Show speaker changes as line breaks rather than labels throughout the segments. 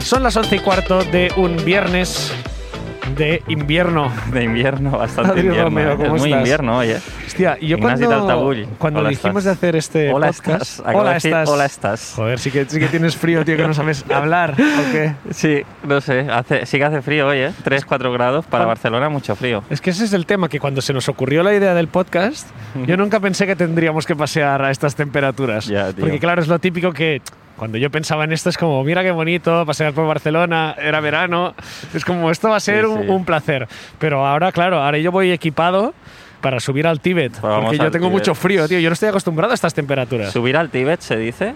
Son las once y cuarto de un viernes de invierno.
De invierno, bastante
Adri
invierno.
Romeo,
¿eh?
¿cómo
es muy
estás?
invierno hoy, ¿eh?
Hostia, y yo
Ignasi
cuando,
Taltabull.
cuando
Hola,
dijimos
estás.
de hacer este
hola,
podcast...
estás. Acabo de decir, Hola, estás.
Joder, sí que, sí que tienes frío, tío, que no sabes hablar. ¿o qué?
Sí, no sé. Hace, sí que hace frío hoy, ¿eh? 3, 4 grados. Para
Ah.
Barcelona, mucho frío.
Es que ese es el tema, que cuando se nos ocurrió la idea del podcast, yo nunca pensé que tendríamos que pasear a estas temperaturas.
Ya, tío.
Porque claro, es lo típico que cuando yo pensaba en esto es como, mira qué bonito, pasear por Barcelona, era verano, es como, esto va a ser
Sí,
un,
sí.
un placer. Pero ahora, claro, ahora yo voy equipado para subir al Tíbet,
Pues vamos
porque yo
al
tengo
Tíbet.
mucho frío, tío, yo no estoy acostumbrado a estas temperaturas.
Subir al Tíbet, se dice.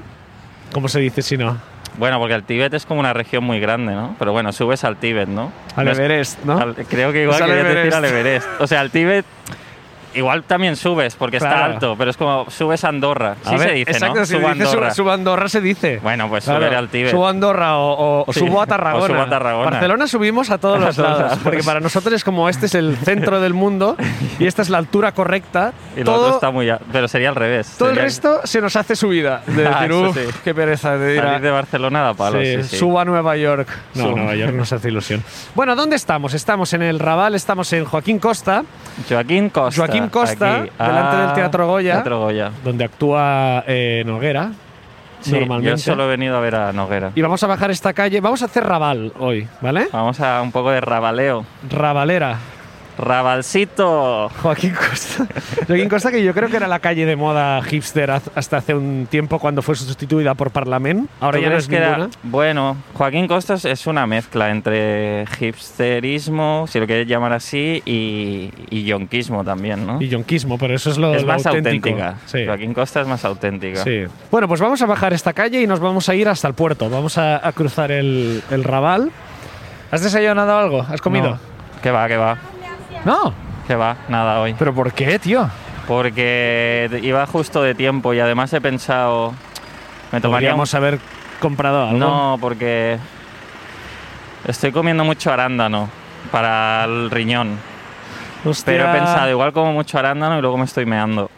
¿Cómo se dice si no?
Bueno, porque el Tíbet es como una región muy grande, ¿no? Pero bueno, subes al Tíbet, ¿no?
Al
No es-
Everest, ¿no?
al- creo que igual
Es al
querías decir
Everest.
al Everest. O sea, al Tíbet. Igual también subes, porque
Claro.
está alto, pero es como subes a Andorra. Sí
A ver,
se dice,
exacto,
¿no?
si
Subo a
dice su-
Andorra.
subo a Andorra se dice.
Bueno, pues
Claro,
subiré al Tíbet.
Subo a Andorra o, o- o
Sí.
subo a
O
Tarragona.
subo a Tarragona.
Barcelona subimos a todos
A
los
todos
lados,
lados.
porque para nosotros es como este es el centro del mundo y esta es la altura correcta.
Y lo otro
todo
está muy a- Pero sería al revés.
todo el
Sería-
resto se nos hace subida. De
Ah,
decir,
eso
"Uf,
sí.
qué pereza de ir a,
Salir de Barcelona da palo.
Sí,
Sí, sí.
Subo a Nueva York. No,
Subo.
Nueva York nos hace ilusión. Bueno, ¿dónde estamos? Estamos en el Raval, estamos en Joaquín Costa,
Joaquín Costa.
Joaquín Costa,
aquí.
delante
Ah,
del Teatro Goya.
Teatro Goya.
donde actúa eh, Noguera.
Sí,
normalmente.
Yo solo he venido a ver a Noguera.
Y vamos a bajar esta calle. Vamos a hacer Raval hoy, ¿vale?
Vamos a un poco de rabaleo.
Ravalera.
Rabalcito.
Joaquín Costa. Joaquín Costa, que yo creo que era la calle de moda hipster haz- hasta hace un tiempo cuando fue sustituida por Parlament. Ahora
¿Tú
ya no
crees
es
que era-
ninguna.
Bueno, Joaquín Costa es- es una mezcla entre hipsterismo, si lo quieres llamar así, y, y yonquismo también, ¿no?
Y yonquismo, pero eso es lo,
es
lo
más
auténtico.
auténtica.
Sí.
Joaquín Costa es más auténtica.
Sí. Bueno, pues vamos a bajar esta calle y nos vamos a ir hasta el puerto. Vamos a, a cruzar el, el Raval. ¿Has desayunado algo? ¿Has comido?
No, Que va, que va,
No.
que va, nada hoy.
¿Pero por qué, tío?
Porque iba justo de tiempo y además he pensado. Me tomaría un-
Podríamos haber comprado algo.
No, porque. Estoy comiendo mucho arándano para el riñón.
Hostia.
Pero he pensado, igual como mucho arándano y luego me estoy meando.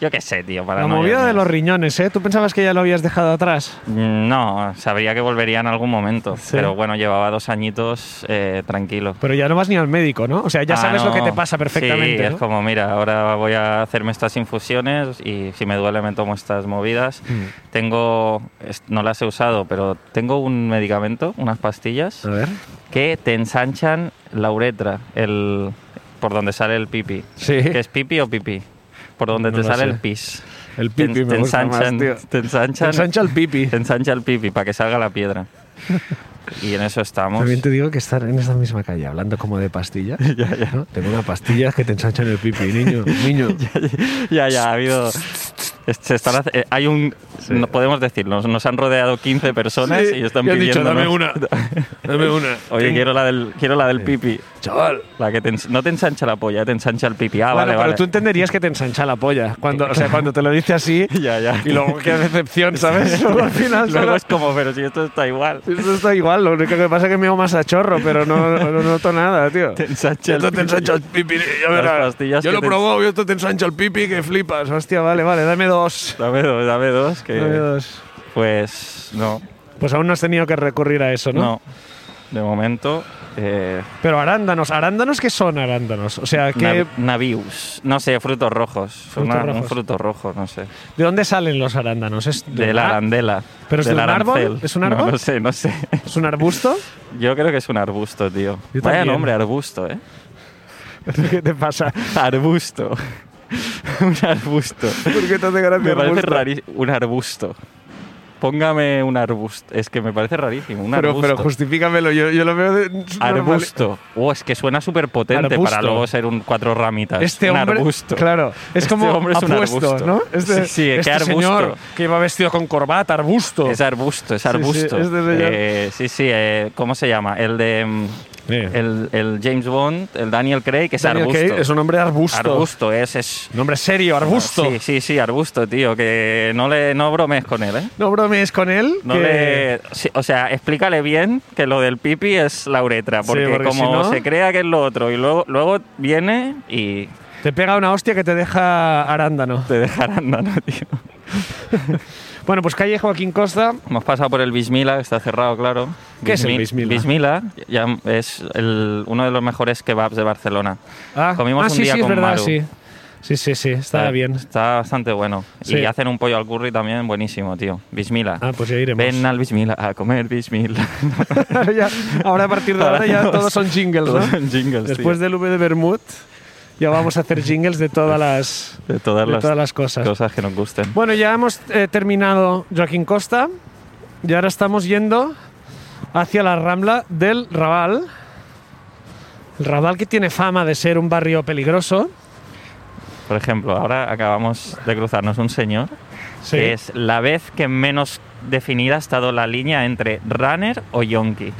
Yo qué sé, tío, para
La
no
movida
liarme.
de los riñones, ¿eh? ¿Tú pensabas que ya lo habías dejado atrás?
Mm, No, sabría que volvería en algún momento.
Sí.
Pero bueno, llevaba dos añitos eh, tranquilo.
Pero ya no vas ni al médico, ¿no? O sea, ya
Ah,
sabes lo que
no.
te pasa perfectamente.
Sí,
¿no?
es como, mira, ahora voy a hacerme estas infusiones y si me duele me tomo estas movidas.
Mm.
Tengo, es- no las he usado, pero tengo un medicamento, unas pastillas,
A ver.
que te ensanchan la uretra, el, por donde sale el pipi.
Sí.
¿Que es pipi o pipi? Por donde
No
te
lo
sale el
sé.
pis.
El
Te-
pipi
te,
me gusta más,
ensanchan,
tío.
te ensanchan,
Ensancha el pipi.
te ensancha el pipi para que salga la piedra. y en eso estamos.
También te digo que estar en esta misma calle hablando como de pastillas. ¿no? Tengo una pastilla que te ensancha en el pipi, niño, niño.
ya, ya, ha habido. es- se están hace- eh, hay un. No podemos decirlo, nos, nos han rodeado 15 personas
Sí,
y están
y han dicho,
pidiendo.
"Dame una, dame una".
Oye, quiero la del, quiero la del pipi.
Chaval.
La que te ens- no te ensancha la polla, te ensancha el pipi. Ah,
Bueno,
vale,
pero
vale.
tú entenderías que te ensancha la polla. Cuando, o sea, cuando te lo dice así
Ya, ya.
y luego qué decepción, ¿sabes? Luego al final
Luego
solo-
es como, pero si esto está igual.
Esto está igual, lo único que pasa es que me hago más a chorro, pero no, no noto nada, tío.
Te ensancha el
Esto te
pipi.
ensancha el pipi, ya
Las
verás.
pastillas
Yo
que
lo
te-
probo y esto te ensancha el pipi que flipas. Hostia, vale, vale, dame dos.
Dame dos, dame dos, que.
Dame dos.
Pues no,
Pues aún no has tenido que recurrir a eso,
no.
¿no?
De momento. Eh,
Pero arándanos, ¿arándanos qué son arándanos? O sea, ¿qué,
nav- navius. No sé, frutos rojos.
Frutos
Una- Un
rojos.
fruto rojo, no sé.
¿de dónde salen los arándanos? ¿Es
De
un
la
ar-
arandela.
¿Pero es
del
de un árbol?
arancel.
¿Es un
No,
árbol?
No, sé, no sé.
¿Es un arbusto?
Yo creo que es un arbusto, tío.
Yo
Vaya
también.
nombre, arbusto, ¿eh?
¿Qué te pasa?
Arbusto. un arbusto.
¿Por qué te hace gracia
Me parece
arbusto?
rarísimo. Un arbusto. póngame un arbusto. Es que me parece rarísimo. Un
Pero,
arbusto.
pero justifícamelo, yo, yo lo veo de normal.
Arbusto. Oh, es que suena súper potente
¿eh? Arbusto.
para luego ser un cuatro ramitas.
Este
un
hombre,
arbusto.
claro, es
Este
como
hombre es un
apuesto,
arbusto.
¿no? Este-
sí, sí, ¿qué
este
arbusto?
señor que iba vestido con corbata, arbusto.
Es arbusto, es
sí,
arbusto.
este señor.
Eh, sí, sí, eh, ¿cómo se llama? El de mm,
Eh.
el, el James Bond, el Daniel Craig, es
Daniel
arbusto.
Craig es un hombre arbusto.
Arbusto, es, es
Nombre serio, arbusto.
Sí, sí, sí, arbusto, tío, que no le no bromees con él, ¿eh?
No bromees con él.
No
que-
le, sí, o sea, explícale bien que lo del pipi es la uretra,
Sí,
porque,
porque
como
si no-
se crea que es lo otro y luego, luego viene y
Te pega una hostia que te deja arándano.
te dejará andando, tío.
Bueno, pues calle Joaquín Costa.
Hemos pasado por el Bismila, que está cerrado, claro.
¿Qué es el Bismila?
Bismila ya es el- uno de los mejores kebabs de Barcelona.
Ah,
Comimos
ah,
un
sí,
día
sí, es
con
verdad,
Maru.
sí. Sí, sí, sí, estaba bien.
Está bastante bueno.
Sí.
Y hacen un pollo al curry también buenísimo, tío. Bismila.
Ah, pues ya iremos.
Ven al Bismila a comer Bismila.
Ya, ahora a partir de
Ahora
ahora ya
no,
todos son jingles, ¿no?
Todos son jingles,
Después del V de Bermud,
Ya vamos a hacer jingles de todas las,
de todas,
de
las,
todas las cosas.
cosas que nos gusten.
Bueno, ya hemos eh, terminado Joaquín Costa y ahora estamos yendo hacia la rambla del Raval. El Raval que tiene fama de ser un barrio peligroso.
Por ejemplo, ahora acabamos de cruzarnos un señor
Sí.
que es la vez que menos definida ha estado la línea entre runner o yonki.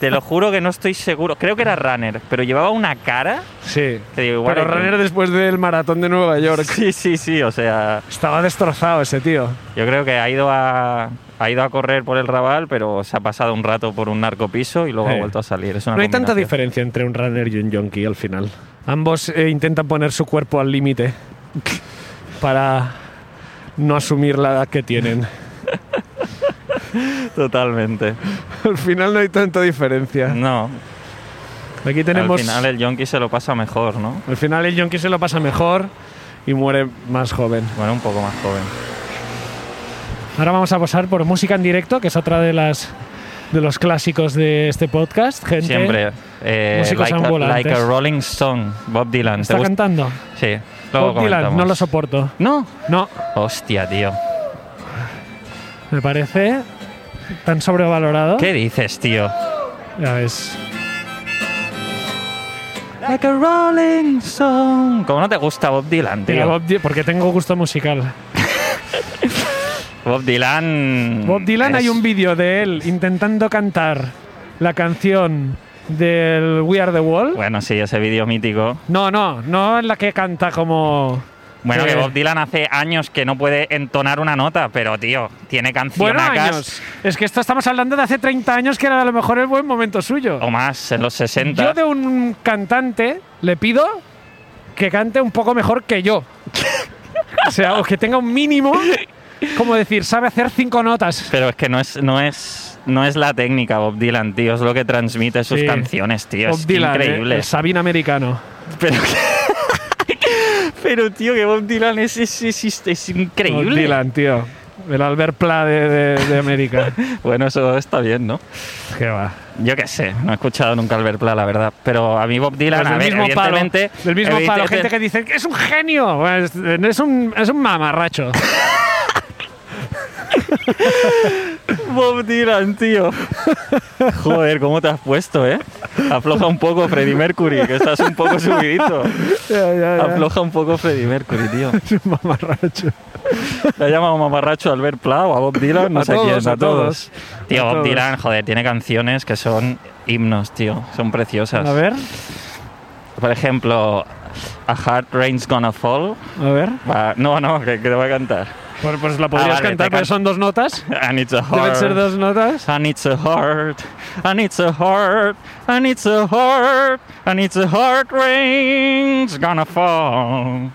Te lo juro que no estoy seguro. Creo que era runner, pero llevaba una cara
sí.
que digo, igual.
pero
hay que-
Runner después del maratón de Nueva York.
Sí, sí, sí. O sea,
Estaba destrozado ese tío.
yo creo que ha ido a, ha ido a correr por el Raval, pero se ha pasado un rato por un narcopiso y luego
Sí.
ha vuelto a salir. Es una
No hay tanta
combinación.
diferencia entre un runner y un junkie al final. Ambos eh, intentan poner su cuerpo al límite para no asumir la edad que tienen.
Totalmente.
Al final no hay tanta diferencia.
No,
Aquí tenemos.
Mm. al final el yonki se lo pasa mejor, ¿no?
al final el junkie se lo pasa mejor y muere más joven.
Bueno, un poco más joven.
Ahora vamos a pasar por música en directo, que es otra de las de los clásicos de este podcast. Gente
Siempre. eh,
Músicos
like, a,
ambulantes.
like a Rolling Stone, Bob Dylan. ¿Te
está
gusta?
cantando.
Sí, luego
Bob Dylan,
comentamos.
no lo soporto.
No.
No,
Hostia, tío.
me parece tan sobrevalorado.
¿Qué dices, tío?
Ya ves.
Like a Rolling Stone. ¿Cómo no te gusta Bob Dylan, tío?
Mira, Bob Dy- porque tengo gusto musical.
Bob Dylan.
Bob Dylan
Mm, es-
hay un vídeo de él intentando cantar la canción del We Are the World.
Bueno, sí, ese vídeo mítico.
No, no, no en la que canta como.
Bueno,
Eh,
que Bob Dylan hace años que no puede entonar una nota, pero tío, tiene
Bueno,
cancionacas
años. Es que esto estamos hablando de hace 30 años que era a lo mejor el buen momento suyo.
o más en los 60.
Yo de un cantante le pido que cante un poco mejor que yo. o sea, o que tenga un mínimo, como decir, sabe hacer cinco notas.
Pero es que no es, no es, no es la técnica Bob Dylan, tío, es lo que transmite sus
Sí.
canciones, tío.
Bob
es
Dylan, ¿eh?
increíble.
el Sabina americano.
Pero, pero, tío, que Bob Dylan es, es, es- es- es increíble.
Bob Dylan, tío. El Albert Pla de, de- de América.
Bueno, eso está bien, ¿no?
Qué va.
Yo qué sé, no he escuchado nunca Albert Pla, la verdad. Pero a mí Bob Dylan,
Pues del
a ver,
mismo palo.
evidentemente...
Del mismo palo.
evidente-
Gente que dice que es un genio. Pues, eh, es, un, es un mamarracho.
Bob Dylan, tío. Joder, cómo te has puesto, ¿eh? Afloja un poco, Freddie Mercury, que estás un poco subidito. Afloja un poco, Freddie Mercury, tío.
Es un mamarracho.
Le ha llamado mamarracho a Albert Pla o a Bob Dylan, no
A
sé
todos,
quién,
a
a,
todos.
todos. Tío,
A
Bob
todos.
Dylan, joder, tiene canciones que son himnos, tío. Son preciosas.
A ver,
Por ejemplo, A Hard Rain's Gonna Fall.
a ver.
Va- no, no, que, que te voy a cantar.
Pues, pues la podrías
Ah, vale, te
cantar, pero
canto.
son dos notas.
I need a
Deben
heart.
ser dos notas.
I need a heart. I need a heart. I need a heart. I need a heart rain's gonna fall.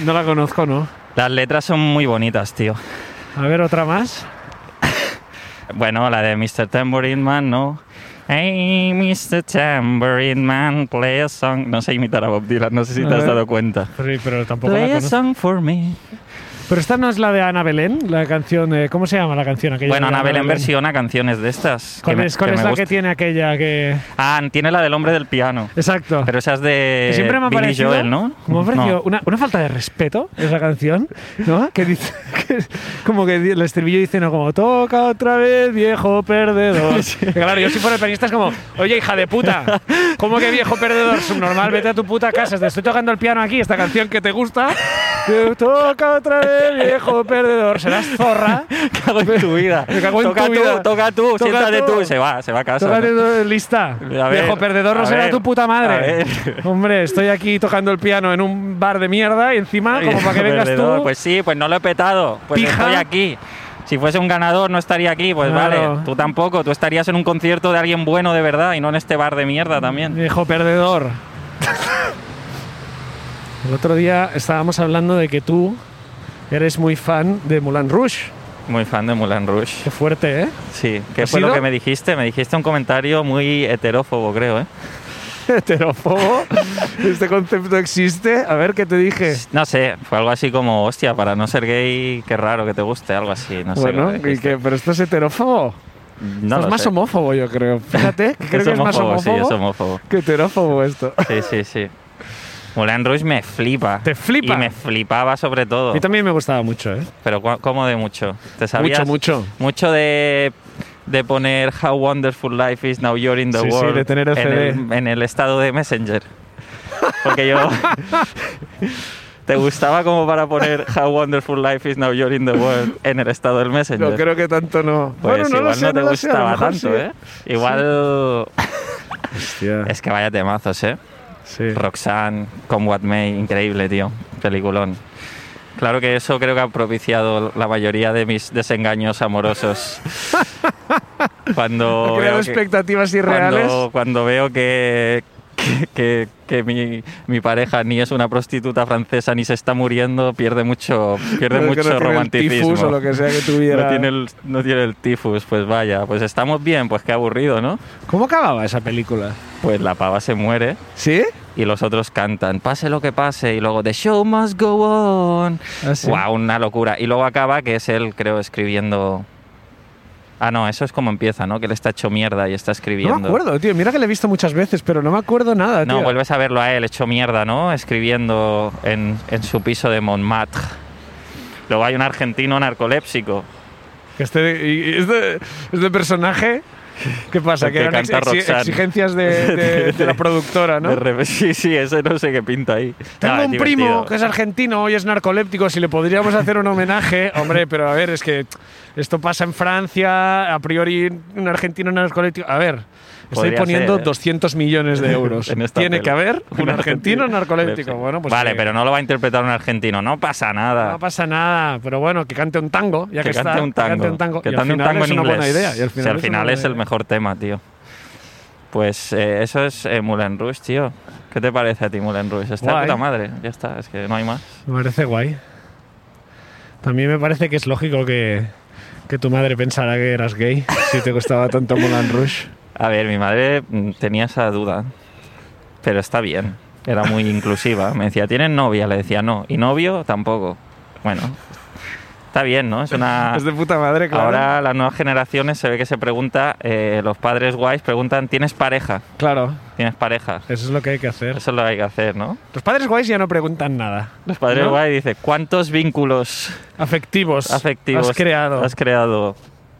No la conozco, ¿no?
Las letras son muy bonitas, tío.
A ver, otra más.
Bueno, la de Mr. Tambourine Man, ¿no? Hey, Mr. Tambourine Man, play a song. No sé imitar a Bob Dylan, no sé si
A
te has
ver.
dado cuenta.
Sí, pero tampoco la
Play a
conozco.
song for me.
Pero esta no es la de Ana Belén, la canción. eh, ¿Cómo se llama la canción aquella?
Bueno,
de
Ana Belén versiona canciones de estas. que
¿Cuál
me-
es, cuál
que
es
me
la
gusta.
que tiene aquella que.?
Ah, tiene la del hombre del piano.
Exacto.
Pero esa es de
Que siempre me ha
Billy
parecido,
Joel, ¿no?
me ha parecido
No.
Una, una falta de respeto esa canción, ¿no? Que dice, que es- como que el estribillo dice, no, como toca otra vez, viejo perdedor. Que Claro, yo si fuera el pianista es como, oye, hija de puta, ¿cómo que viejo perdedor? Subnormal, vete a tu puta casa, te estoy tocando el piano aquí, esta canción que te gusta. que Toca otra vez, viejo perdedor, serás zorra.
Cago en tu vida.
Me cago en tu
toca tú,
vida.
toca tú,
Toca
siéntate
tú.
tú. Y se va, se va a casa.
Toca
¿no?
de lista.
A ver,
Viejo perdedor no
a
será
ver,
tu puta
a
madre.
ver.
Hombre, estoy aquí tocando el piano en un bar de mierda y encima, como para que vengas
Perdedor,
tú.
Pues sí, pues no lo he petado. Pues
Pija.
estoy aquí. Si fuese un ganador no estaría aquí, pues
Claro.
vale, tú tampoco, tú estarías en un concierto de alguien bueno de verdad y no en este bar de mierda también.
Viejo perdedor. el otro día estábamos hablando de que tú eres muy fan de Moulin Rouge.
Muy fan de Moulin Rouge.
Qué fuerte, ¿eh?
Sí, ¿qué
¿Has
fue lo
ido?
que me dijiste? Me dijiste un comentario muy heterófobo, creo, ¿eh?
Heterófobo.
Este concepto existe. A ver qué te dije.
No sé, fue algo así como, hostia, para no ser gay, qué raro que te guste, algo así, no sé. lo
bueno,
que
y
dijiste.
que, pero esto es heterófobo.
No
Esto
lo
es más
sé.
homófobo, yo creo. Fíjate, que creo
Es
que es más
homófobo, sí,
homófobo
es homófobo.
que heterófobo esto.
Sí, sí, sí. Moulin Rouge me flipa.
¿Te flipa?
Y me flipaba sobre todo.
A mí también me gustaba mucho, ¿eh?
Pero cua- ¿cómo de mucho? ¿Te sabías?
Mucho, mucho.
Mucho de, de poner How Wonderful Life Is Now You're in the
Sí, sí,
World.
de tener el
en,
CD.
El, en el estado de Messenger. Porque yo... ¿Te gustaba como para poner How Wonderful Life Is Now You're in the World en el estado del Messenger?
No creo que tanto no.
Pues
bueno, no
igual
lo sé,
no te
lo sé, a lo
gustaba
mejor
tanto,
sí.
¿eh? Igual...
Hostia,
Es que vaya temazos, ¿eh?
sí.
Roxanne con What May, increíble, tío. Peliculón. Claro que eso creo que ha propiciado la mayoría de mis desengaños amorosos. cuando,
Ha creado
veo que-
expectativas irreales.
cuando, cuando veo que, que, que- que mi, mi pareja ni es una prostituta francesa ni se está muriendo, pierde mucho, pierde
Creo que
mucho
no tiene el
romanticismo.
tifus o lo que sea que tuviera.
no, tiene el, no tiene el tifus, pues vaya, pues estamos bien, pues qué aburrido, ¿no?
¿Cómo acababa esa película?
Pues la pava se muere
¿Sí?
y los otros cantan, pase lo que pase, y luego The Show Must Go On.
Ah, sí.
Guau, una locura. Y luego acaba, que es él, creo, escribiendo... Ah, no, eso es como empieza, ¿no? Que él está hecho mierda y está escribiendo.
No me acuerdo, tío. Mira que le he visto muchas veces, pero no me acuerdo nada,
No,
tío.
vuelves a verlo a él hecho mierda, ¿no? Escribiendo en, en su piso de Montmartre. Luego hay un argentino narcolepsico.
Que Este, y- y este, este personaje, ¿qué pasa?
El
Que,
que
eran
canta
exi-
Roxanne.
exigencias de, de- de la productora,
De
¿no?
repente- sí, sí, ese no sé qué pinta ahí.
Ah, Tengo
Nada, es
un primo
Ah, divertido.
que es argentino y es narcoléptico, si le podríamos hacer un homenaje. Hombre, pero a ver, es que esto pasa en Francia, a priori un argentino narcoléptico. A ver, estoy
Podría
poniendo
ser, ¿eh?
200 millones de euros.
En esta
Tiene
peli.
que haber un argentino
Sí.
narcoléptico. Bueno, pues
vale,
que
pero no lo va a interpretar un argentino, no pasa nada.
no pasa nada, pero bueno, que cante un tango, ya que,
que, cante
está.
un tango.
Que cante un tango,
que
Y al
cante un
final
tango
es
en
una
inglés.
buena idea. Y al
Si
final,
al
una
final
buena
es el
idea.
mejor tema, tío. Pues eh, eso es eh, Moulin Rouge, tío. ¿Qué te parece a ti Moulin Rouge? Está de
Guay.
puta madre, ya está, es que no hay más.
Me parece guay. También me parece que es lógico que, que tu madre pensara que eras gay si te gustaba tanto Moulin Rouge.
A ver, mi madre mm, tenía esa duda, pero está bien. Era muy inclusiva. Me decía, ¿tienes novia? Le decía, no. ¿Y novio? Tampoco. Bueno, está bien, ¿no? Es una...
Es de puta madre, claro.
Ah. Ahora las nuevas generaciones se ve que se pregunta, eh, los padres guays preguntan, ¿tienes pareja?
Claro.
¿Tienes pareja?
Eso es lo que hay que hacer.
Eso es lo que hay que hacer, ¿no?
Los padres guays ya no preguntan nada.
Los padres guay dicen, ¿cuántos vínculos
Afectivos.
afectivos
Has creado.
has creado?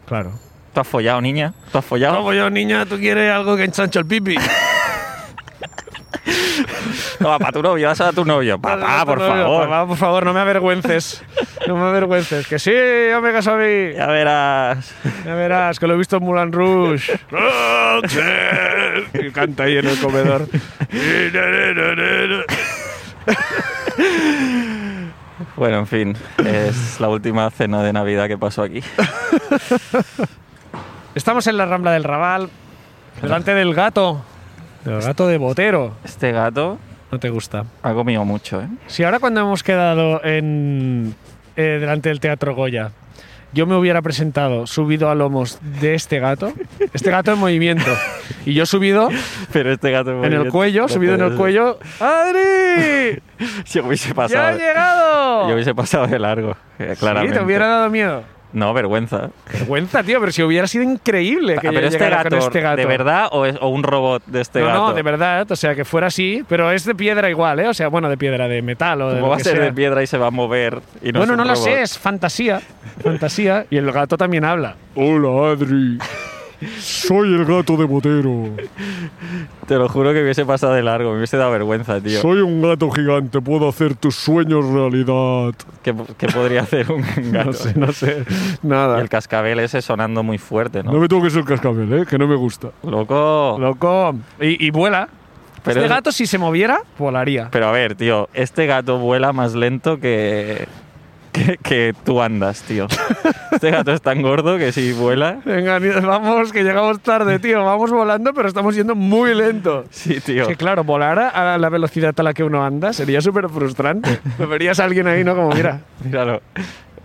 Claro.
¿Tú has follado, niña? ¿Tú has follado?
pues,
Vamos pues yo, niña, tú quieres algo que ensancho el pipi.
Toma, para tu novio, vas a tu novio. Papá, Ah, por favor.
Papá, por favor, no me avergüences.
No me avergüences. Que sí, yo me caso a mí.
Ya verás.
Ya verás, que lo he visto en Moulin Rouge.
y canta ahí en el comedor.
Bueno, en fin, es la última cena de Navidad que pasó aquí.
Estamos en la Rambla del Raval, delante del gato. Del gato de Botero.
Este gato
No te gusta.
ha comido mucho, ¿eh?
Si ahora cuando hemos quedado en, eh, delante del Teatro Goya, yo me hubiera presentado subido a lomos de este gato, este gato en movimiento, y yo subido
Pero este gato...
en el
moviendo-
cuello,
no
subido en
puede
el
ser.
cuello, ¡Adri!
Si hubiese
¡Ya
pasado...
ha llegado! miedo!
Yo hubiese pasado de largo, eh,
Sí,
claramente.
te hubiera dado miedo.
No, vergüenza.
Vergüenza, tío, pero si hubiera sido increíble que
Ah,
yo
pero este
llegara
gato,
con este gato.
¿de verdad o, es- o un robot de este
no,
gato?
no, de verdad, o sea, que fuera así, pero es de piedra igual, ¿eh? O sea, bueno, de piedra, de metal o de
¿Cómo
lo
va a
que
ser
sea.
de piedra y se va a mover? Y no
bueno,
es
no
un
lo
robot?
sé, es fantasía. Fantasía. Y el gato también habla. Hola, Adri. Soy el gato de Botero.
Te lo juro que hubiese pasado de largo, me hubiese dado vergüenza, tío.
Soy un gato gigante, puedo hacer tus sueños realidad.
¿Qué, qué podría hacer un gato?
No sé, no sé.
Y
Nada.
el cascabel ese sonando muy fuerte, ¿no?
No me toques el cascabel, ¿eh? que no me gusta.
Loco.
Loco. Y, y vuela.
Pero-
este gato, si se moviera, volaría.
Pero a ver, tío, este gato vuela más lento que, que, que tú andas, tío. Este gato es tan gordo que si vuela...
Venga, ni- vamos, que llegamos tarde, tío. Vamos volando, pero estamos yendo muy lento.
Sí, tío.
Es que claro, volar a a la velocidad a la que uno anda sería súper frustrante. Lo verías a alguien ahí, ¿no? Como, mira,
Míralo.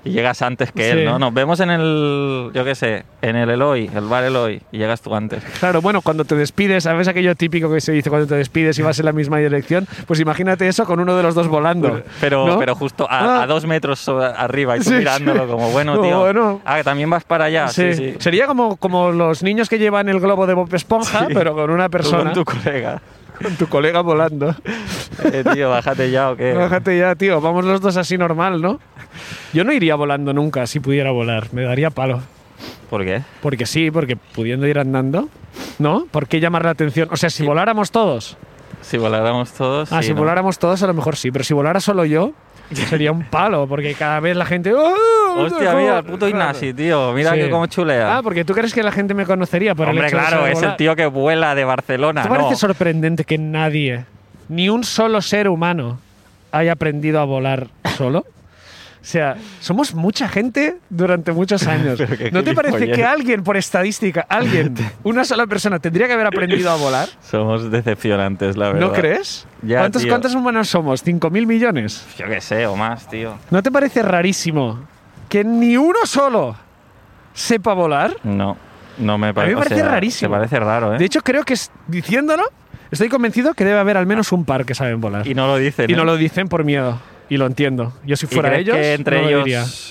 Y llegas antes que
Sí.
él, ¿no? Nos vemos en el, yo qué sé, en el Eloy, el bar Eloy, y llegas tú antes.
Claro, bueno, cuando te despides, ¿sabes aquello típico que se dice cuando te despides y vas en la misma dirección? Pues imagínate eso con uno de los dos volando.
Pues, Pero,
¿no?
pero justo a,
Ah.
a dos metros sobre- arriba y tú
Sí,
mirándolo
sí.
como, bueno,
Como,
tío.
bueno.
Ah, que también vas para allá. Sí, sí.
Sí. Sería como, como los niños que llevan el globo de Bob Esponja,
Sí.
pero con una
Tú
persona,
con tu colega.
con tu colega volando.
Eh, tío, bájate ya o qué.
Bájate ya, tío, vamos los dos así normal, ¿no? Yo no iría volando nunca si pudiera volar, me daría palo.
¿Por qué?
Porque sí, porque pudiendo ir andando, ¿no? ¿Por qué llamar la atención? O sea, si voláramos todos,
Si voláramos todos.
Ah,
sí,
si
¿no?
voláramos todos, a lo mejor sí, pero si volara solo yo, sería un palo, porque cada vez la gente. ¡Oh!
Hostia,
¿Cómo?
mira, el puto Ignasi, tío. Mira
Sí.
que cómo chulea.
Ah, porque tú crees que la gente me conocería por el
Hombre,
hecho de
claro,
ser
es
volar.
el tío que vuela de Barcelona.
¿Te
no.
parece sorprendente que nadie, ni un solo ser humano, haya aprendido a volar solo? O sea, somos mucha gente durante muchos años.
Pero qué
¿No te parece
gilipollez.
que alguien, por estadística, alguien, una sola persona, tendría que haber aprendido a volar?
Somos decepcionantes, la verdad.
¿No crees?
Ya,
¿Cuántos,
tío.
¿Cuántos humanos somos? ¿5.000 millones?
Yo qué sé, o más, tío.
¿No te parece rarísimo que ni uno solo sepa volar?
No, no me parece.
me parece rarísimo.
Me parece raro, ¿eh?
De hecho, creo que es- diciéndolo, estoy convencido que debe haber al menos un par que saben volar.
y
Y,
no lo dicen.
no
¿eh?
lo dicen por miedo. Y lo entiendo. Yo si
¿Y
fuera
crees
ellos,
que entre
no lo
ellos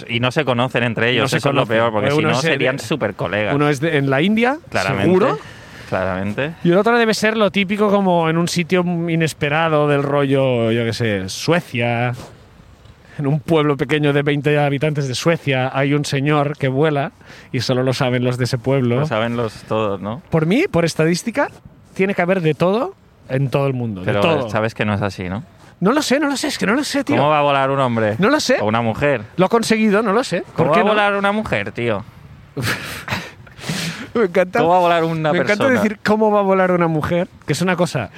diría.
y no se conocen entre ellos,
No se
eso es lo
conocen. Eh,
peor, porque si
Uno
no
es el-
serían súper colegas.
Uno es de- en la India,
claramente.
seguro.
Claramente.
Y el otro debe ser lo típico como en un sitio inesperado del rollo, yo qué sé, Suecia. En un pueblo pequeño de 20 habitantes de Suecia hay un señor que vuela y solo lo saben los de ese pueblo.
Lo saben los todos, ¿no?
Por mí, por estadística, tiene que haber de todo en todo el mundo. de
Pero
todo.
sabes que no es así, ¿no?
No lo sé, no lo sé, es que no lo sé, tío.
¿Cómo va a volar un hombre?
No lo sé.
O una mujer.
Lo ha conseguido, no lo sé.
¿Cómo
¿Por qué
va
no?
a volar una mujer, tío?
Me encanta.
¿Cómo va a volar una
me
persona?
encanta decir cómo va a volar una mujer, que es una cosa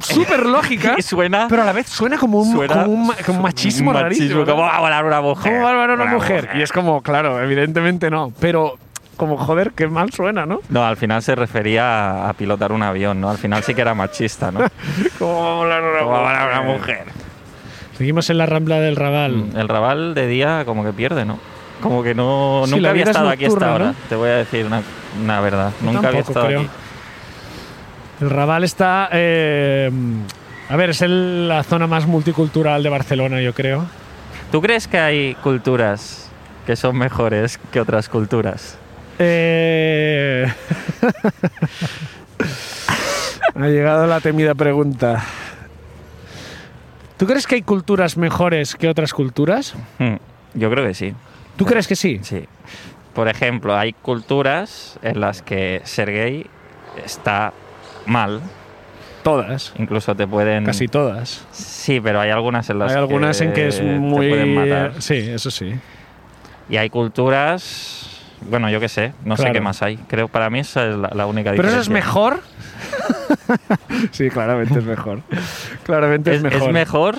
súper lógica,
Y suena.
pero a la vez suena como un,
suena
como un ma- como un machismo, rarísimo.
¿Cómo va a volar una mujer?
¿Cómo va a volar una mujer? Y es como, claro, evidentemente no, pero como joder, qué mal suena, ¿no?
No, al final se refería a, a pilotar un avión, ¿no? Al final sí que era machista, ¿no?
¿Cómo va a volar una
¿Cómo va a volar una mujer?
Seguimos en la rambla del Raval.
El Raval de día como que pierde, ¿no? Como que no
Sí, la
nunca había
vida es
estado aquí
nocturna,
hasta ahora.
¿no?
Te voy a decir una, una verdad.
Yo
nunca había
tampoco,
estado
creo.
aquí.
El Raval está. eh, a ver, es el- la zona más multicultural de Barcelona, yo creo.
¿Tú crees que hay culturas que son mejores que otras culturas?
Eh, ha llegado la temida pregunta. ¿Tú crees que hay culturas mejores que otras culturas?
Hmm, Yo creo que sí.
¿Tú crees que sí?
Sí. Por ejemplo, hay culturas en las que ser gay está mal.
Todas.
Incluso te pueden...
Mm. Casi todas.
Sí, pero hay algunas en las
Hay algunas en que es
te
muy.
pueden matar.
Sí, eso sí.
Y hay culturas. Bueno, yo qué sé, no sé
Claro.
qué más hay. Creo para mí esa es la, la única
¿Pero eso
diferencia.
es mejor? sí, claramente es mejor. Claramente
Es, es mejor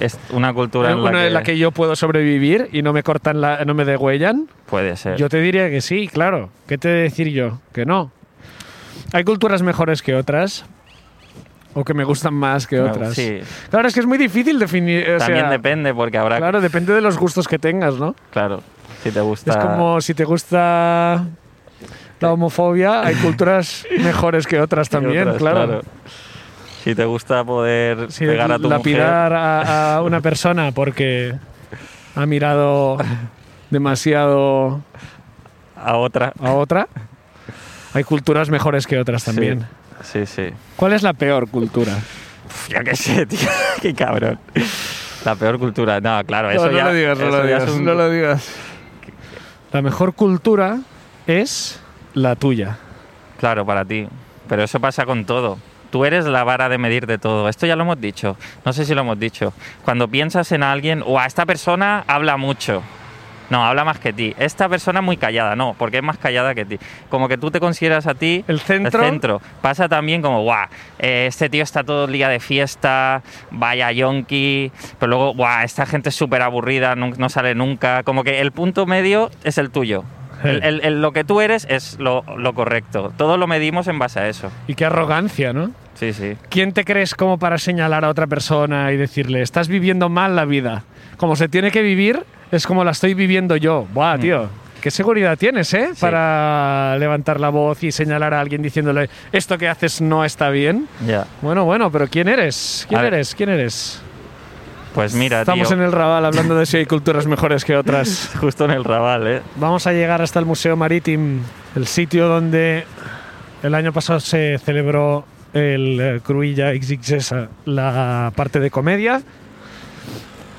es una cultura en la,
una
que,
en la que yo puedo sobrevivir y no me cortan la, no me degüellan?
puede ser.
Yo te diría que sí, claro. ¿Qué te he de decir yo? Que no. Hay culturas mejores que otras o que me gustan más que
Me-
otras.
Sí,
Claro, es que es muy difícil definir. o
también
sea,
depende porque habrá. Claro,
Claro, depende de los gustos que tengas, ¿no?
si te gusta.
Es como si te gusta la homofobia, hay culturas mejores que otras también,
otras,
claro.
Si te gusta poder
Sí,
pegar a tu
lapidar a, a una persona porque ha mirado demasiado
A otra.
a otra. Hay culturas mejores que otras también.
Sí, sí.
¿Cuál es la peor cultura?
Pf, Yo qué sé, tío. qué cabrón. La peor cultura. No, claro, eso
no, no
ya.
lo digas, no
eso
lo
ya es
digas,
un-
no lo digas.
La mejor cultura es la tuya.
Claro, para ti. Pero eso pasa con todo. Tú eres la vara de medir de todo. Esto ya lo hemos dicho. No sé si lo hemos dicho. Cuando piensas en alguien, o a esta persona habla mucho. No, habla más que ti. Esta persona es muy callada, no, porque es más callada que ti. Como que tú te consideras a ti
El centro.
Pasa también como, guau, eh, este tío está todo el día de fiesta, vaya yonki, pero luego, guau, esta gente es súper aburrida, nun- no, sale nunca. Como que el punto medio es el tuyo. El- el- el- lo que tú eres es lo, lo correcto. Todo lo medimos en base a eso.
Y qué arrogancia, ¿no?
Sí, sí.
¿Quién te crees como para señalar a otra persona y decirle, estás viviendo mal la vida? Como se tiene que vivir, es como la estoy viviendo yo. Buah, tío. Qué seguridad tienes, ¿eh?
Mm. Sí.
Para levantar la voz y señalar a alguien diciéndole, esto que haces no está bien.
Ya.
Bueno, bueno, pero ¿quién eres? ¿Quién
A ver.
eres? ¿Quién eres?
Pues mira,
Estamos
tío,
en el Raval hablando de si hay culturas mejores que otras.
justo en el rabal, ¿eh?
Vamos a llegar hasta el Museo Marítimo, el sitio donde el año pasado se celebró el eh, Cruilla XXS, la parte de comedia.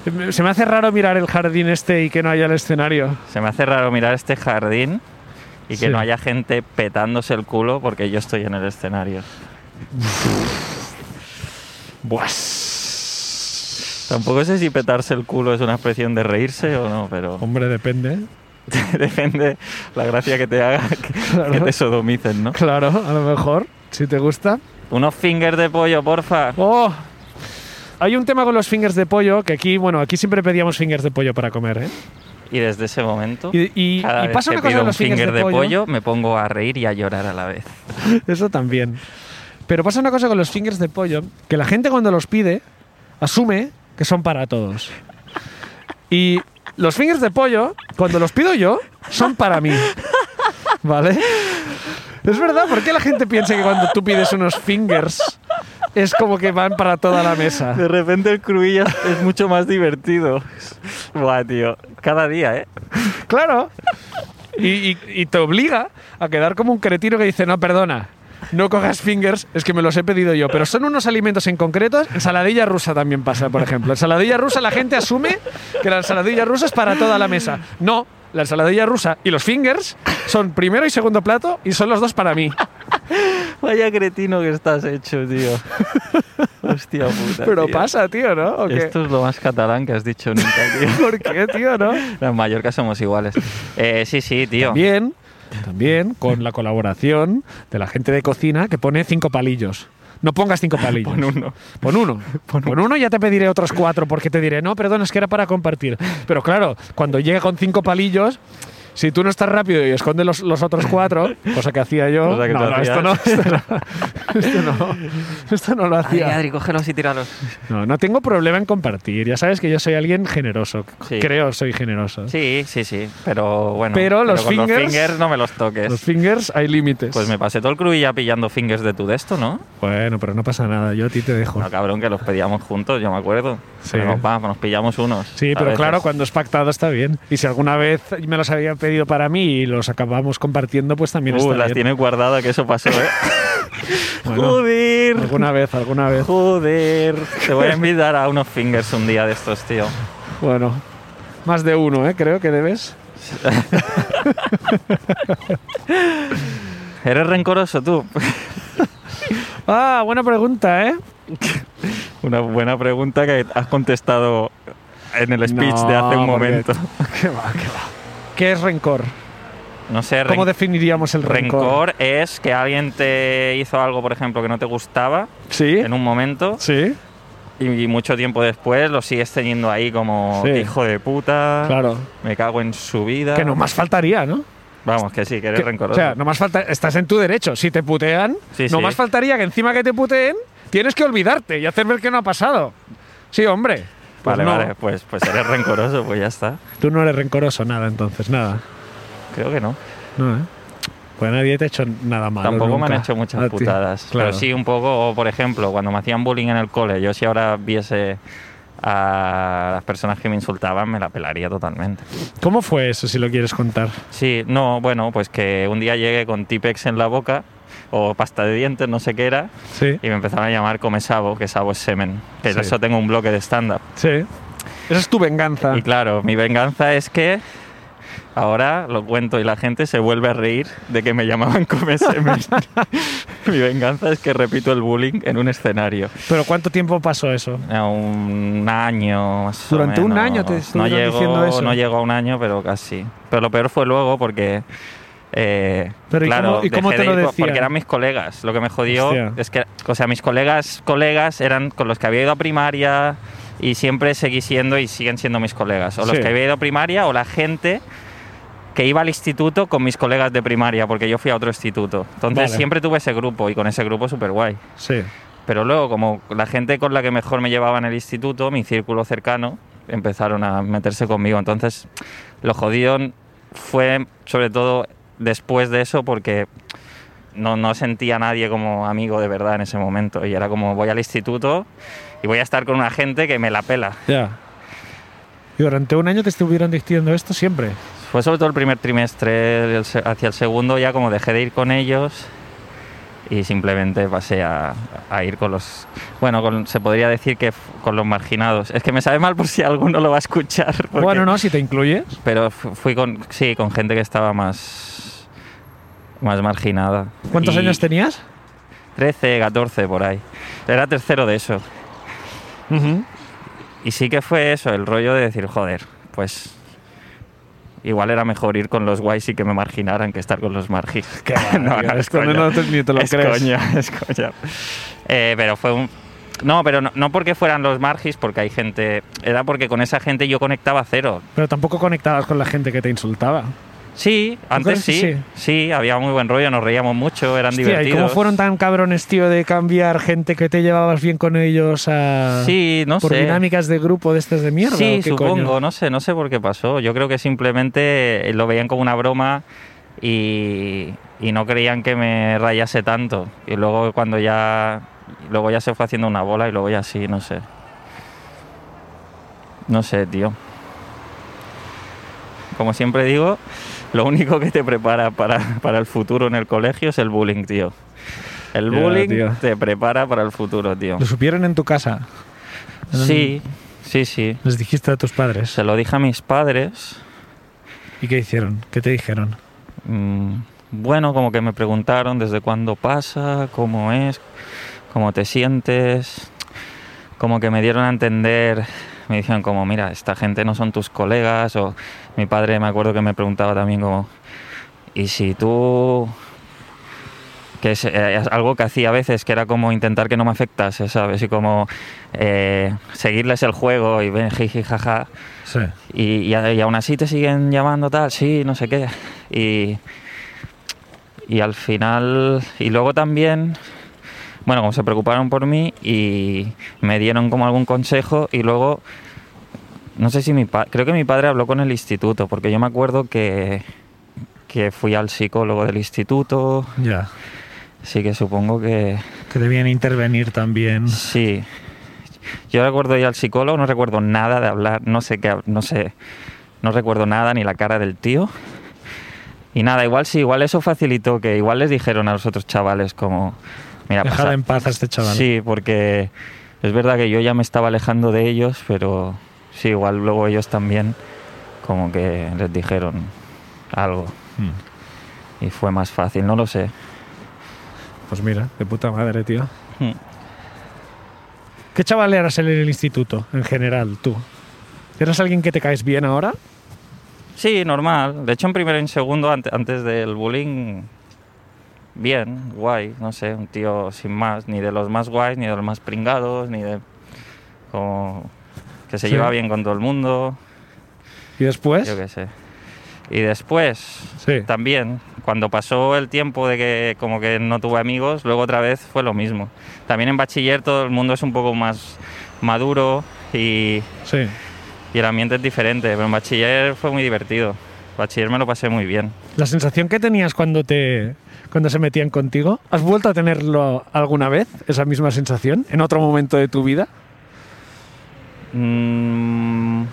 Me- Se me hace raro mirar el jardín este y que no haya el escenario.
Se me hace raro mirar este jardín y que
Sí.
no haya gente petándose el culo porque yo estoy en el escenario.
Buas.
Tampoco sé si petarse el culo es una expresión de reírse o no, pero
Hombre, depende.
depende la gracia que te haga que, que
Claro.
te sodomicen, ¿no?
Claro, a lo mejor, si te gusta.
Unos fingers de pollo, porfa.
¡Oh! Hay un tema con los fingers de pollo, que aquí, bueno, aquí siempre pedíamos fingers de pollo para comer, ¿eh?
Y desde ese momento,
Y, y-
cada
y
vez
pasa
que
una cosa
pido
con
un
los fingers
finger
de pollo.
me pongo a reír y a llorar a la vez.
Eso también. Pero pasa una cosa con los fingers de pollo, que la gente cuando los pide asume que son para todos. Y los fingers de pollo, cuando los pido yo, son para mí. ¿Vale? Es verdad, ¿por qué la gente piensa que cuando tú pides unos fingers es como que van para toda la mesa?
De repente el cruilla es mucho más divertido. Buah, tío. Cada día, ¿eh?
Claro. Y, y- y te obliga a quedar como un cretino que dice, no, perdona, no cojas fingers, es que me los he pedido yo. Pero son unos alimentos en concreto. Ensaladilla rusa también pasa, por ejemplo. Ensaladilla rusa, la gente asume que la ensaladilla rusa es para toda la mesa. No, la ensaladilla rusa y los fingers son primero y segundo plato y son los dos para mí.
Vaya cretino que estás hecho, tío. Hostia puta.
Pero
tío.
pasa, tío, ¿no? ¿O qué?
Esto es lo más catalán que has dicho nunca, tío.
¿Por qué, tío, no?
En Mallorca somos iguales. Eh, sí, sí, tío.
También, también con la colaboración de la gente de cocina que pone cinco palillos. No pongas cinco palillos.
Pon uno.
Pon uno. Pon uno y ya te pediré otros cuatro porque te diré, no, perdón, es que era para compartir. Pero claro, cuando llega con cinco palillos, si tú no estás rápido y escondes los, los otros cuatro, cosa que hacía yo,
Cosa que
no,
tú
no,
hacías.
esto no, esto no, esto no, esto no lo
Ay,
hacía.
Adri, cógelos y tíralos.
No, no tengo problema en compartir. Ya sabes que yo soy alguien generoso.
Sí.
Creo soy generoso.
Sí, sí, sí. Pero bueno.
Pero los
con
fingers-
no me los toques.
Los fingers hay límites.
Pues me pasé todo el cruilla pillando fingers de tu de esto, ¿no?
Bueno, pero no pasa nada, yo a ti te dejo.
No, cabrón, que los pedíamos juntos, yo me acuerdo.
Sí.
Pero nos, vamos, nos pillamos unos.
Sí,
a
pero
veces.
claro, cuando es pactado está bien. Y si alguna vez me los habían pedido para mí y los acabamos compartiendo, pues también
Uh,
está
las
bien.
tienes guardadas, que eso pasó, ¿eh?
Bueno,
Joder.
Alguna vez, alguna vez.
Joder. Te voy a invitar a unos fingers un día de estos, tío.
Bueno, más de uno, ¿eh? Creo que debes.
Eres rencoroso tú.
Ah, buena pregunta, ¿eh?
Una buena pregunta que has contestado en el speech
No,
de hace
porque-
un momento.
¿Qué va, qué va? ¿Qué es rencor?
No sé,
¿Cómo
ren-
definiríamos el rencor?
rencor es que alguien te hizo algo, por ejemplo, que no te gustaba
Sí.
en un momento
Sí,
y, y mucho tiempo después lo sigues teniendo ahí como
Sí.
hijo de puta,
claro.
me cago en su vida.
Que no más faltaría, ¿no?
Vamos, que sí, que eres
Que-
rencoroso.
O sea, no más falta. Estás en tu derecho. Si te putean,
Sí,
no
sí.
más faltaría que encima que te puteen, tienes que olvidarte y hacer ver que no ha pasado. Sí, hombre. Pues
vale,
no.
vale, pues, pues eres rencoroso, pues ya está.
Tú no eres rencoroso, nada, entonces, nada.
Creo que no.
No, ¿eh? Pues nadie te ha hecho nada malo.
Tampoco me han
Ah, nunca.
hecho
A
muchas
ti.
putadas.
Claro.
Pero sí, un poco, o, por ejemplo, cuando me hacían bullying en el cole, yo si ahora viese a las personas que me insultaban me la pelaría totalmente.
¿Cómo fue eso, si lo quieres contar?
Sí, no, bueno, pues que un día llegué con Tipex en la boca o pasta de dientes, no sé qué era,
Sí.
y me empezaron a llamar come sabo, que sabo es semen. Que
Sí.
eso tengo un bloque de stand-up.
Sí. Esa es tu venganza.
Y claro, mi venganza es que ahora lo cuento y la gente se vuelve a reír de que me llamaban come semen. mi venganza es que repito el bullying en un escenario.
Pero ¿cuánto tiempo pasó eso?
A un año más o
Durante un
menos.
año te
no
estuvieron
llegó,
diciendo eso.
No llegó a un año, pero casi. Pero lo peor fue luego porque... eh,
Pero ¿y
claro,
cómo- y cómo
dejé
te
de
lo
ir por-
decían?
Porque eran mis colegas. Lo que me jodió
Hostia.
es que, o sea, mis colegas, colegas eran con los que había ido a primaria y siempre seguí siendo y siguen siendo mis colegas. O los
Sí.
que había ido a primaria o la gente que iba al instituto con mis colegas de primaria, porque yo fui a otro instituto. Entonces
Vale.
siempre tuve ese grupo y con ese grupo súper guay.
Sí.
Pero luego, como la gente con la que mejor me llevaba en el instituto, mi círculo cercano, empezaron a meterse conmigo. Entonces, lo jodido fue sobre todo después de eso porque no, no sentía a nadie como amigo de verdad en ese momento. Y era como, voy al instituto y voy a estar con una gente que me la pela.
Ya. Y durante un año te estuvieron diciendo esto siempre.
Fue sobre todo el primer trimestre, el se- hacia el segundo ya como dejé de ir con ellos y simplemente pasé a, a ir con los, bueno, con- se podría decir que f- con los marginados. Es que me sabe mal por si alguno lo va a escuchar. porque-
Bueno, no, si te incluyes.
Pero f- fui con, sí, con gente que estaba más, más marginada.
¿Cuántos
Y
años tenías?
13, 14 por ahí. Era tercero de eso. Y sí que fue eso, el rollo de decir, joder, pues igual era mejor ir con los guays y que me marginaran que estar con los margis. no, no, es
Esto
coña.
no te- ni te lo
es
crees.
coña, es coña. Eh, pero fue un... No, pero no, no porque fueran los margis, porque hay gente... Era porque con esa gente yo conectaba cero.
Pero tampoco conectabas con la gente que te insultaba.
Sí, antes
crees que
sí, sí.
sí?
había muy buen rollo, nos reíamos mucho, eran
Hostia, ¿y
divertidos.
cómo fueron tan cabrones, tío, de cambiar gente que te llevabas bien con ellos a...
Sí, no
por
sé.
dinámicas de grupo de estas de mierda.
Sí,
¿o qué
supongo,
coño?
no sé, no sé por qué pasó. Yo creo que simplemente lo veían como una broma y, y no creían que me rayase tanto. Y luego cuando ya luego ya se fue haciendo una bola y luego ya sí, no sé. No sé, tío. Como siempre digo, lo único que te prepara para, para el futuro en el colegio es el bullying, tío. El
Ya,
bullying
tío.
te prepara para el futuro, tío.
Lo supieron en tu casa.
Sí,
Mm.
sí, sí.
Les dijiste a tus padres.
Se lo dije a mis padres.
¿Y qué hicieron? ¿Qué te dijeron?
Mm, bueno, como que me preguntaron desde cuándo pasa, cómo es, cómo te sientes. Como que me dieron a entender, me dijeron como, mira, esta gente no son tus colegas. O mi padre me acuerdo que me preguntaba también como, ¿y si tú...? Que es eh, es algo que hacía a veces, que era como intentar que no me afectase, ¿sabes? Y como eh, seguirles el juego y ven, jiji, jaja.
Sí.
Y, y a- y aún así te siguen llamando tal, sí, no sé qué. Y, y al final, y luego también, bueno, como se preocuparon por mí y me dieron como algún consejo y luego, no sé si mi padre, creo que mi padre habló con el instituto, porque yo me acuerdo que, que fui al psicólogo del instituto,
Ya.
así que supongo que
Que debían intervenir también.
Sí. Yo recuerdo ir al psicólogo, no recuerdo nada de hablar, no sé qué, hab- no sé, no recuerdo nada ni la cara del tío. Y nada, igual sí, igual eso facilitó que igual les dijeron a los otros chavales como, mira,
Dejad
pasa-
en paz a este chaval.
Sí, porque es verdad que yo ya me estaba alejando de ellos, pero sí, igual luego ellos también como que les dijeron algo.
Mm,
Y fue más fácil, no lo sé.
Pues mira, de puta madre, tío. ¿Qué chaval eras en el instituto, en general, tú? ¿Eras alguien que te caes bien ahora?
Sí, normal. De hecho, en primero y en segundo, ante- antes del bullying, bien, guay. No sé, un tío sin más, ni de los más guays, ni de los más pringados, ni de. como. que se
Sí.
lleva bien con todo el mundo,
¿Y después?
yo qué sé. Y después,
Sí.
también, cuando pasó el tiempo de que como que no tuve amigos, luego otra vez fue lo mismo. También en bachiller todo el mundo es un poco más maduro y
Sí.
y el ambiente es diferente, pero en bachiller fue muy divertido. Bachiller me lo pasé muy bien.
La sensación que tenías cuando te cuando se metían contigo, ¿has vuelto a tenerlo alguna vez esa misma sensación en otro momento de tu vida?
Mm,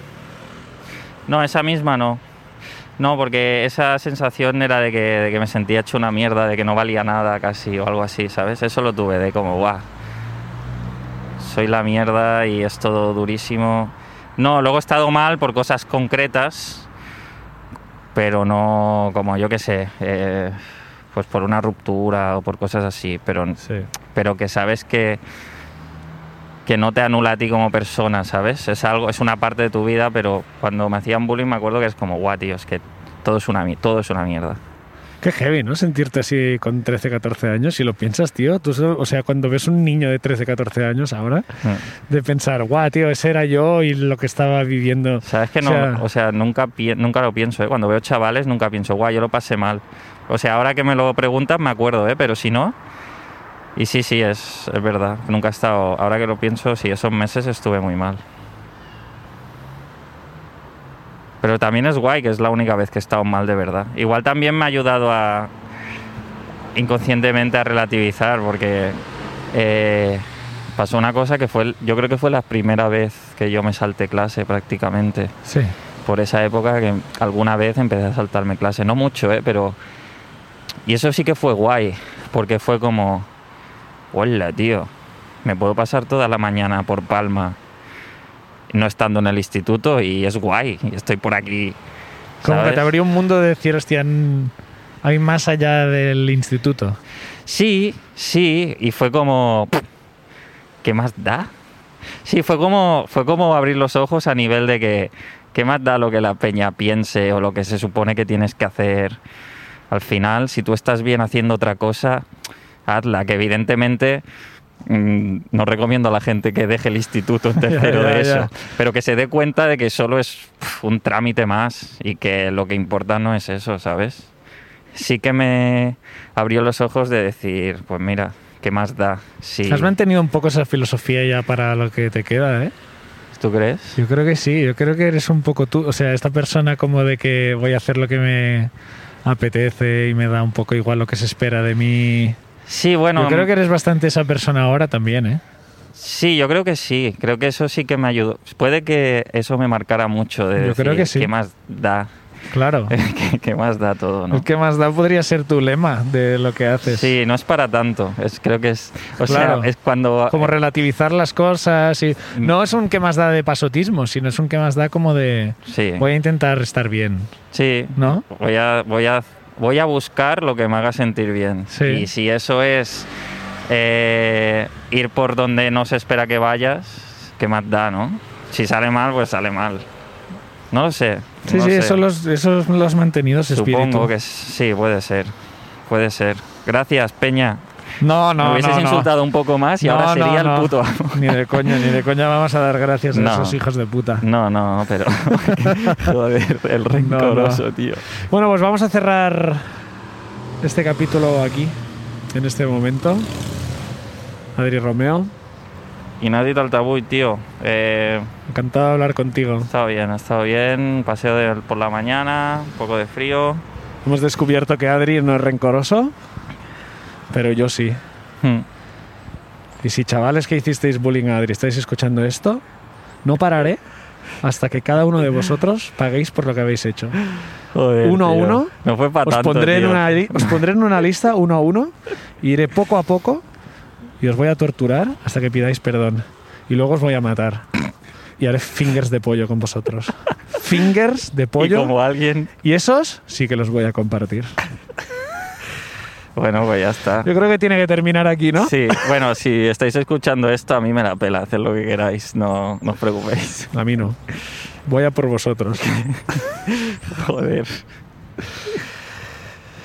no, esa misma no. No, porque esa sensación era de que, de que me sentía hecho una mierda, de que no valía nada casi o algo así, ¿sabes? Eso lo tuve de como, guau, soy la mierda y es todo durísimo. No, luego he estado mal por cosas concretas, pero no como yo que sé, eh, pues por una ruptura o por cosas así, pero,
Sí.
pero que sabes que, que no te anula a ti como persona, ¿sabes? Es algo, es una parte de tu vida, pero cuando me hacían bullying me acuerdo que es como, guau, tío, es que todo es una, mi- todo es una mierda.
Qué heavy, ¿no? Sentirte así con 13, 14 años. Si lo piensas, tío, tú, so- o sea, cuando ves un niño de 13, 14 años ahora,
Mm.
de pensar, guau, tío, ese era yo y lo que estaba viviendo.
¿Sabes que no?
O sea-
O sea, nunca, pi- nunca lo pienso, ¿eh? Cuando veo chavales nunca pienso, guau, yo lo pasé mal. O sea, ahora que me lo preguntas me acuerdo, ¿eh? Pero si no... Y sí, sí, es, es verdad. Nunca he estado... Ahora que lo pienso, sí, esos meses estuve muy mal. Pero también es guay, que es la única vez que he estado mal de verdad. Igual también me ha ayudado a... Inconscientemente a relativizar, porque... eh, pasó una cosa que fue... el- Yo creo que fue la primera vez que yo me salté clase prácticamente
Sí.
por esa época que alguna vez empecé a saltarme clase, no mucho, ¿eh? pero... Y eso sí que fue guay, porque fue como, hola, tío, me puedo pasar toda la mañana por Palma no estando en el instituto y es guay, y estoy por aquí.
Como que
¿sabes?
te abrió un mundo de decir, hostia, mm, hay más allá del instituto.
Sí, sí, y fue como, "Pff, ¿qué más da? Sí, fue como, fue como abrir los ojos a nivel de que, ¿qué más da lo que la peña piense o lo que se supone que tienes que hacer? Al final, si tú estás bien haciendo otra cosa, hazla, que evidentemente mm, no recomiendo a la gente que deje el instituto en tercero
Ya, ya,
de eso,
ya.
pero que se dé cuenta de que solo es pf, un trámite más y que lo que importa no es eso, ¿sabes? Sí que me abrió los ojos de decir, pues mira, ¿qué más da? Sí.
Has mantenido un poco esa filosofía ya para lo que te queda, ¿eh?
¿Tú crees?
Yo creo que sí, yo creo que eres un poco tú, o sea, esta persona como de que voy a hacer lo que me apetece y me da un poco igual lo que se espera de mí.
Sí, bueno. mm.
yo creo que eres bastante esa persona ahora también, ¿eh?
Sí, yo creo que sí. Creo que eso sí que me ayudó. Puede que eso me marcara mucho de
Yo
decir,
creo que sí.
¿qué más da?
Claro.
¿Qué, qué más da todo, no?
El que más da podría ser tu lema de lo que haces.
Sí, no es para tanto. Es, creo que es. O
Claro.
sea, es cuando.
Como relativizar las cosas y
Mm.
no es un que más da de pasotismo, sino es un que más da como de
Sí,
voy a intentar estar bien,
sí.
¿no?
Voy a, voy a, voy a buscar lo que me haga sentir bien.
Sí.
Y si eso es eh, ir por donde no se espera que vayas, ¿qué más da, no? Si sale mal, pues sale mal. No lo sé.
Sí,
no
sí,
sé.
esos los, esos los mantenidos
Supongo
espíritu.
que s- sí, puede ser. Puede ser. Gracias, Peña.
No,
me
no,
hubieses
no, no.
insultado un poco más y
No,
ahora
no,
sería
no.
el puto amo.
Ni de coña, ni de coña vamos a dar gracias a
No.
esos hijos de puta.
No, no, pero. Joder, el
no.
rencoroso, tío.
Bueno, pues vamos a cerrar este capítulo aquí, en este momento. Adri Romeo,
Y nadie tal tabú, tío. Eh,
encantado de hablar contigo.
ha estado bien, ha estado bien. Paseo de- por la mañana, un poco de frío.
Hemos descubierto que Adri no es rencoroso, pero yo sí.
Mm.
Y si chavales que hicisteis bullying a Adri estáis escuchando esto, no pararé hasta que cada uno de vosotros paguéis por lo que habéis hecho.
Joder,
Uno a
tío.
uno.
No fue para
Os
tanto.
pondré, en
tío.
una, li- os pondré en una lista uno a uno, y iré poco a poco y os voy a torturar hasta que pidáis perdón. Y luego os voy a matar. Y haré fingers de pollo con vosotros. Fingers de
Y
pollo.
como alguien.
Y esos sí que los voy a compartir.
Bueno, pues ya está.
Yo creo que tiene que terminar aquí, ¿no?
Sí, bueno, si estáis escuchando esto, a mí me la pela, haced lo que queráis, no, no os preocupéis.
A mí no. Voy a por vosotros.
Joder.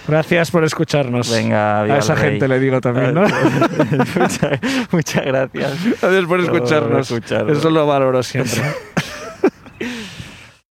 Gracias por escucharnos.
Venga, viva
a esa
el rey.
gente le digo también, ¿no?
muchas, muchas gracias.
Gracias por
Por
escucharnos.
escucharnos.
Eso lo valoro siempre.